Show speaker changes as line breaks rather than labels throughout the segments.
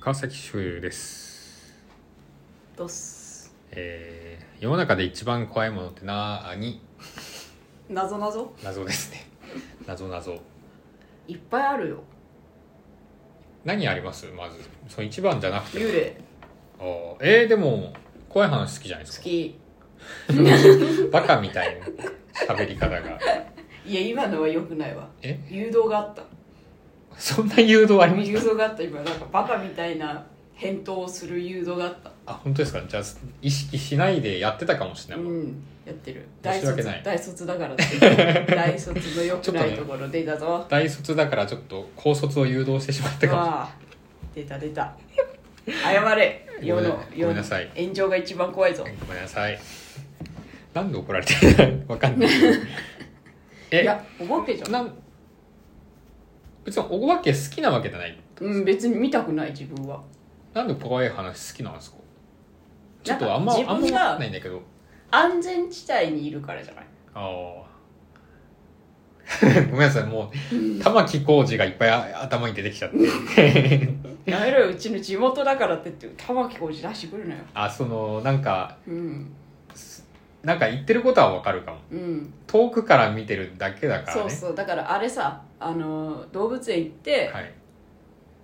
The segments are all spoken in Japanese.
川崎主です、
ドス
えー世の中で一番怖いものってなーに
なぞなぞ
謎ですね 謎謎
いっぱいあるよ
何ありますまずその一番じゃなくて
幽霊
あーえー、でも怖い話好きじゃないで
好
すか
き
バカみたいな喋り方が
いや今のはよくないわ
え
誘導があった
そんな誘導ありま
誘
す
導
か
があった今なんかバカみたいな返答をする誘導があった
あ本当ですかじゃあ意識しないでやってたかもしれ
う
ない、
んやってる
申
大
し訳
卒
ない
大卒だからって 大卒のよくない
ちょ
と
っとね
ころでだぞ
大卒だからちょっと高卒を誘導してしまったかもしれない
わあ出た出た謝れ
ごめん
世の
ごめんなさい
世の炎上が一番怖いぞ
ごめんなさい。なんで怒られてるのわかん ないけど。
い
え、
やお化けじゃん
なん別にお化け好きなわけじゃない。
うん別に見たくない自分は
なんで怖い話好きなんですかちょっとあ
なん
ん
か
ま、あんま
自分
分
が
かんないんだけど。
安全地帯にいるからじ ゃない
ああ。 ごめんなさい、もう、玉置浩二がいっぱいあ頭に出てきちゃって。
やめろようちの地元だからって言って玉置浩二出してくるのよ
あ、その、なんか、
うん
なんか言ってることはわかるかも。
うん
遠くから見てるだけだからね。
そうそうだからあれさあの動物園行って、
はい。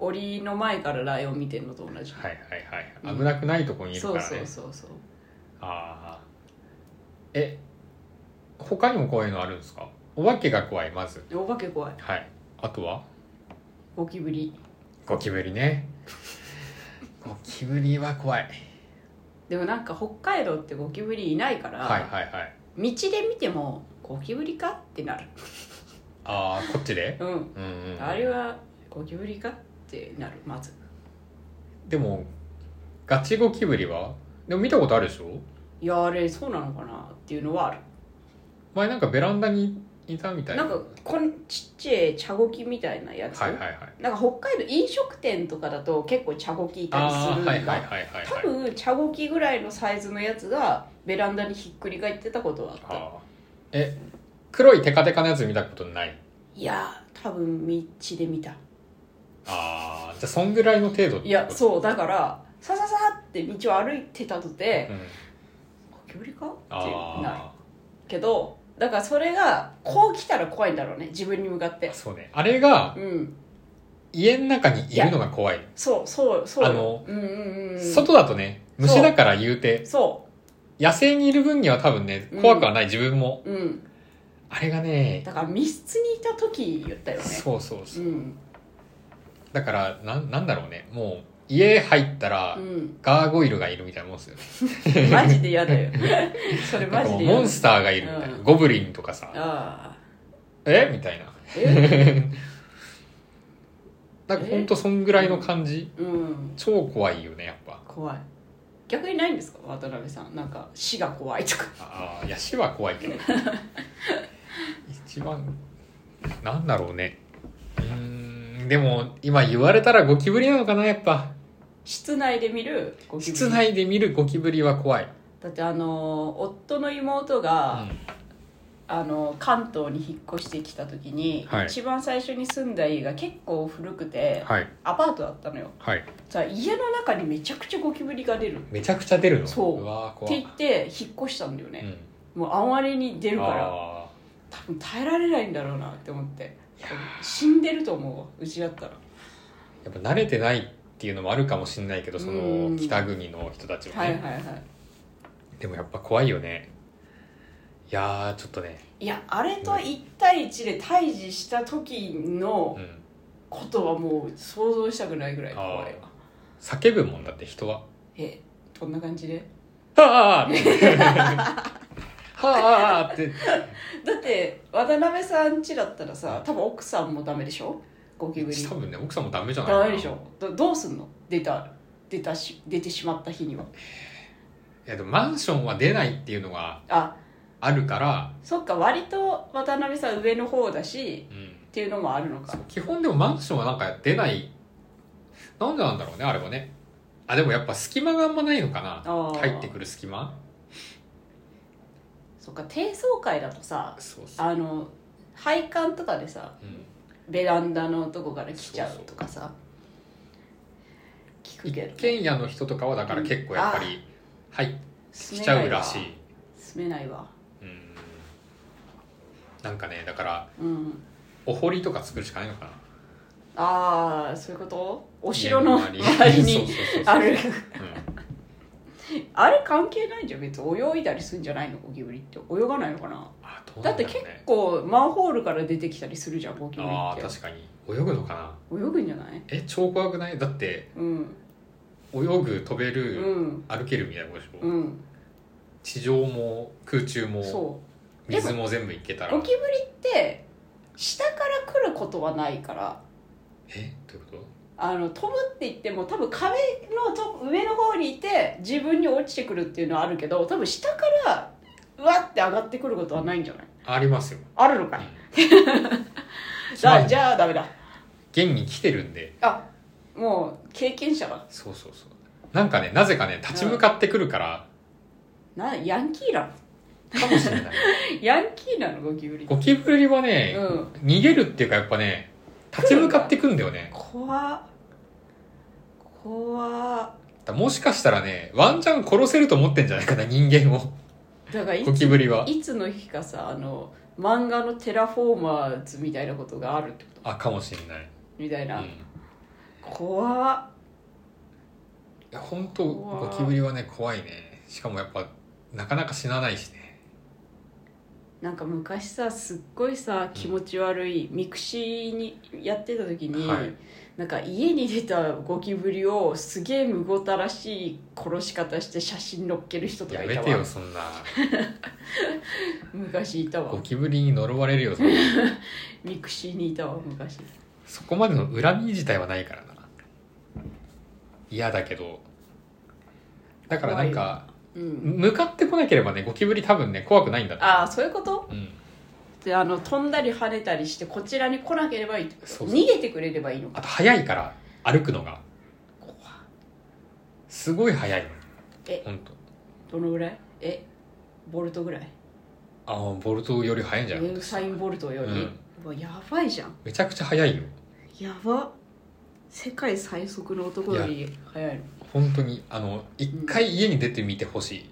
檻の前からライオン見てんのと同じ、
はいはいは
う
い。
ん
危なくないとこにいる
そ
から
う
ね。
そうそうそう
ああえ他にもこういうのあるんですかお化けが怖いまず
でお化け怖い
はいあとは
ゴキブリ
ゴキブリねゴキブリは怖い
でもなんか北海道ってゴキブリいないから、
はいはいはい
道で見てもゴキブリかってなる
ああこっちで
うん
うんうん
あれはゴキブリかってなるまず
でもガチゴキブリはでも見たことあるでしょ
いやあれそうなのかなっていうのはある
前なんかベランダにいたみたい
なんかこんちっちゃい茶ゴキみたいなやつ、
はいはいはい
なんか北海道飲食店とかだと結構茶ゴキいたりす
ああ
る
ー
ん
はいはい
だ
はいはい
多
はい
分茶ゴキぐらいのサイズのやつがベランダにひっくり返ってたことはあった
あーえ黒いテカテカのやつ見たことない
いやー多分道で見た
ああじゃあそんぐらいの程度ってこと
いやそうだからさささって道を歩いてたとて
うん
ゴキブリかって
あ
なる
あ
けどだからそれがこう来たら怖いんだろうね自分に向かって
そうねあれが
うん
家の中にいるのが怖い
そうそうそうよ
あの
うんうんうん
外だとね
そう
虫だから言うて
そ
野生にいる分には多分ね
うん
怖くはない自分も、
ううん
あれがね
だから密室にいた時言ったよね
そうそうそううんだからなんなんだろうねもう家入ったら
うん
ガーゴイルがいるみたいなもんですよね
マジで嫌だよ それ
な
マ
んか
ジ
もう
で
モ
嫌だ
ンスターがいるみたいな、
うん
ゴブリンとかさ
ああ
えみたいな
え
なんかほんとそんぐらいの感じ
うん
超怖いよねやっぱ
怖い逆にないんですか渡辺さんなんか死が怖いとか
ああいや死は怖い けど一番なんだろうねうーんでも今言われたらゴキブリなのかなやっぱ
室内で見るゴキブリ
室内で見るゴキブリは怖い、
だってあの夫の妹
うん
が、
はい
あの関東に引っ越してきた時に、
はい
一番最初に住んだ家が結構古くて、アパートだったのよ
はい
じゃあ家の中にめちゃくちゃゴキブリが出るって
めちゃくちゃ出るの
そう
わー怖
言
い、
って引っ越したんだよ
う
ね、
ん
もうあまりに出るから
あ
多分耐えられないんだろうなって思って
ーいや
死んでると思うわうちだったら
ーやっぱ慣れてないっていうのもあるかもしれないけどそ
うん
の北国の人たちは
は
ね、
いはいはい
でもやっぱ怖いよねいやーちょっとね、
いやあれと1対1で対峙した時の
うん、
ことはもう想像したくないぐらい怖いわ
叫ぶもんだって人は
えどんな感じで
はあはあって
だって渡辺さん家だったらさ多分奥さんもダメでしょゴキブリ
多分ね奥さんもダメじゃないかな
ダメでしょどどうすんの出た出たし出てしまった日にはい
やでもマンションは出ないっていうのが
あ
あるから、
そっか割と渡辺さん上の方だし
うん
っていうのもあるのか
基本でもマンションはなんか出ないなんでなんだろうねあれはねあでもやっぱ隙間があんまないのかな
あー
入ってくる隙間
そっか低層階だとさ
そうそう、
あの配管とかでさ
うん、
ベランダのとこから来ちゃうとかさ聞く
一
けど
軒家の人とかはだから結構やっぱり入ってきちゃうらしい
住めないわ
うんなんかねだから
うん
お堀とか作るしかないのかな
ああそういうことお城の
家
周り
そう
に
そうそうそう
あ
う
る
ん
あれ関係ないじゃん別に泳いだりするんじゃないのゴキブリって泳がないのかな
あどう
だ
なんだ
って
ろうね
結構マンホールから出てきたりするじゃんゴキブリ
あ
っ
あ
て
確かに泳ぐのかな
泳ぐんじゃない
え超怖くないだって
うん
泳ぐ飛べ
う
る、
ん
歩けるみたいなことでしょ、
うん
地上も空中も
そ
水も全部行けた
う
ら
ゴキブリって下から来ることはないから
えどういうこ
あの飛ぶって言っても多分壁のと上の方にいて自分に落ちてくるっていうのはあるけど多分下からうわって上がってくることはないんじゃない
とありますよ、
あるのかい
つま
だ
り
じゃあダメだ
現に来てるんで
あもう経験者だ
そうそうそうなんかねなぜかね立ち向かってくるから、
なヤンキーなの
かもしれない
ヤンキーなのゴキブリ
ゴキブリはね、
うん
逃げるっていうかやっぱね立ち向かってくんだよね
怖っ怖っ
だからもしかしたらねワンチャン殺せると思ってんじゃないかな人間を
だからい
ゴキブリは
ついつの日かさあの漫画のテラフォーマーズみたいなことがあるってこと
あかもしれない、
みたいな、
うん、い
怖っ
や本当
怖
ゴキブリはね怖いねしかもやっぱなかなか死なないしね
なんか昔さすっごいさ気持ち悪いミクシーにやってた時に、
はい
なんか家に出たゴキブリをすげえむごたらしい殺し方して写真載っける人と
や
かい
め
た
て
わ
よそんな
昔いたわ
ゴキブリに呪われるよそんな
ミクシーにいたわ昔
そこまでの恨み自体はないからな嫌だけどだからなんか
うん
向かってこなければねゴキブリ多分ね怖くないんだ
ああそういうこと
うん
であの飛んだり跳ねたりしてこちらに来なければいいってこと
そうそう
逃げてくれればいいのか
あと早いから歩くのが
怖
すごい早い
え
本当。
どのぐらいえボルトぐらい
ああボルトより早いん
ウ
じゃない
ェブサインボルトより、
うん
うわやばいじゃん
めちゃくちゃ早いよ
やば世界最速の男より早いの
本当にあの一回家に出てみてほしい、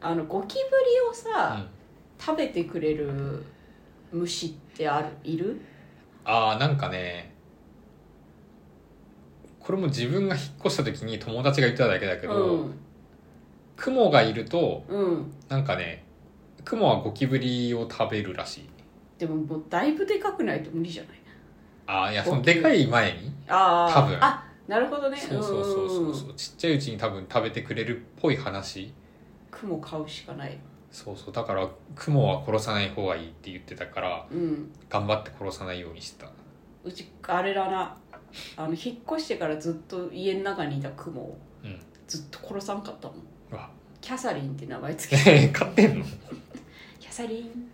あのゴキブリを
うん
さ、食べてくれる虫ってあるいる
ああなんかねこれも自分が引っ越した時に友達が言ってただけだけ
う
ど、
ん
雲がいると
うん
なんかね雲はゴキブリを食べるらしい
でももうだいぶでかくないと無理じゃない
ああいやそ
ゴ
ので
キブリ
かい前に
ああ
多分
あなるほどね
そうそうそうそうそ
ん
うちっちゃいうちに多分食べてくれるっぽい話
雲買うしかない
そうそうだから雲は殺さない方がいいって言ってたから
うん
頑張って殺さないようにして た
うちあれだなあの引っ越してからずっと家の中にいた雲を
うん
ずっと殺さんかったもん
うわ
キャサリンって名前つけて
買ってんの
キャサリン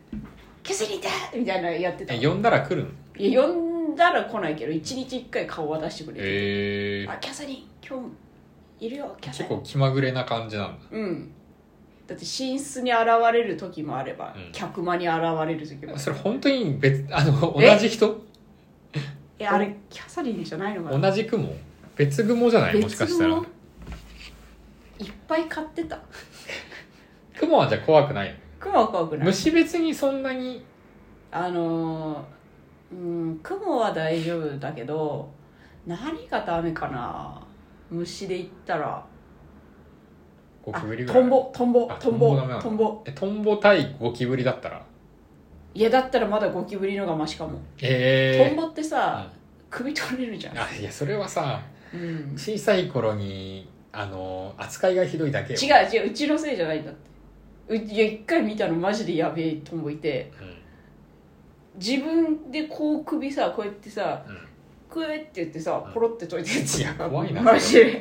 キャサリンだみたいなのやってた
え呼んだら来るの
いや呼んだら来ないけど一日一回顔は出してくれて、
ええ
あキャサリン今日いるよキャサ
結
リン
構気まぐれな感じなんだ
うんだって寝室に現れる時もあれば、
うん
客間に現れる時もあ
そ
れ
れ
ば
本当に別あの
え
同じ人
いやあれキャサリンじゃないのかな
同じ雲別雲じゃないもしかしたら
別のいっぱい買ってた
雲はじゃあ怖くないの
雲は怖くない
虫別にそんなに
あのーうん雲は大丈夫だけど何がダメかな虫で言ったら
ゴ
あ
キブリぐら
ト
い
ンボトンボ
あ
ト
トン
ンボ
ボダメなの
トンボ
えトンボ対ゴキブリだったら
いやだったらまだゴキブリのがマシかも、トン
ええ
ボってさ、首取れるじゃん、
あいやそれはさ
うん、違
小さい頃にあの扱いがひどいだけよ、
う違ううちのせいじゃないんだってういや一回見たのマジでやべえトンボいて
うん
自分でこう首さこうやってさ
うん、
クエって言ってさ
うん
ポロって解いてるやつ
いや怖いな
マジで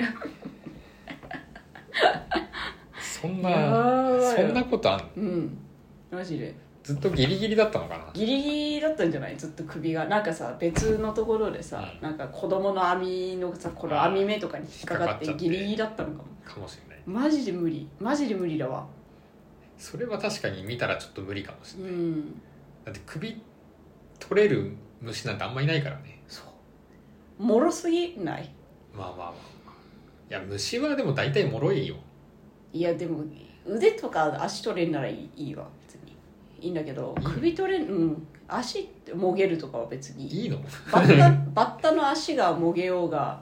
そん
やばい
な
わ
そんなことあんの
うんマジで
ずっとギリギリだったのかな
ギリギリだったんじゃないずっと首がなんかさ別のところでさ、
うん
なんか子供の網のさこの網目とかに引っかかっ
引っかかっ
て
ちゃって
ギリギリだったのかも
かもしれない
マジで無理マジで無理だわ
それは確かに見たらちょっと無理かもしれ
う
ない、
ん
だって首取れる虫なんてあんまいないからね
そうもろすぎない
まあまあまあいや虫はでも大体脆いよ
いやでも腕とか足取れんならいいいいわ別にいいんだけど
いいの
首取れんうん足もげるとかは別にいい
いいの
バッタ バッタの足がもげようが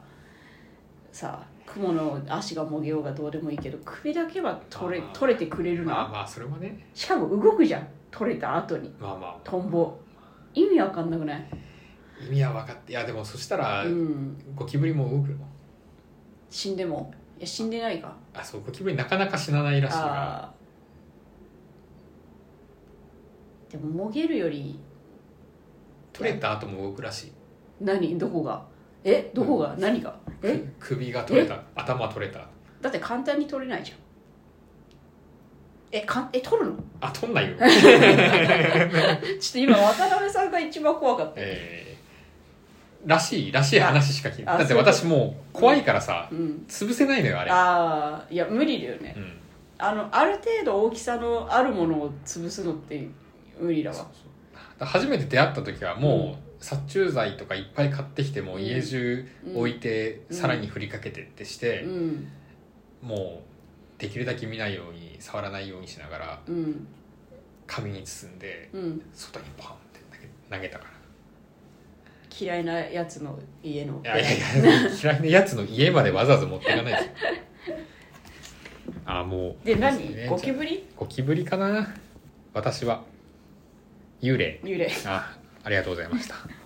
さ雲の足がもげようがどうでもいいけど首だけは取れ
あー
取れてくれる
まあ
な
まあそれはね
しかも動くじゃん取れた後に
まあま
トンボ意味わかんなくない、
あ意味は分かっていやでもそしたら
うん、
ゴキブリも動くよ
死んでもいや死んでないか
あそうゴキブリなかなか死なないらしいから
あーでももげるより
取れた後も動くらしい
何どこがえどこが、何がえ
く首が取れた頭取れた
だって簡単に取れないじゃんえかんえ取 るの
あ取んない よ
ちょっと今渡辺さんが一番怖かった、
えーらしいらしい話しか聞いない
あ
だって私もう怖いからさ
うん
潰せないのよあれ
ああいや無理だよね
うん
あのある程度大きさのあるものを潰すのって無理だ
そう
わ
そう初めて出会った時はもう殺虫剤とかいっぱい買ってきてもう家中置いて
うん
さらに振りかけてってし
う
て
ん
もうできるだけ見ないように触らないようにしながら
うん
紙に包んで
うん
外にパンって投げ投げたか
嫌いなやつの家の
らいやいやいや嫌いなやつの家までわざわざ持っていかないですよああもう
で
いい
何
ですね
ゴキブリ
ゴキブリかな私は幽霊
幽霊
あありがとうございました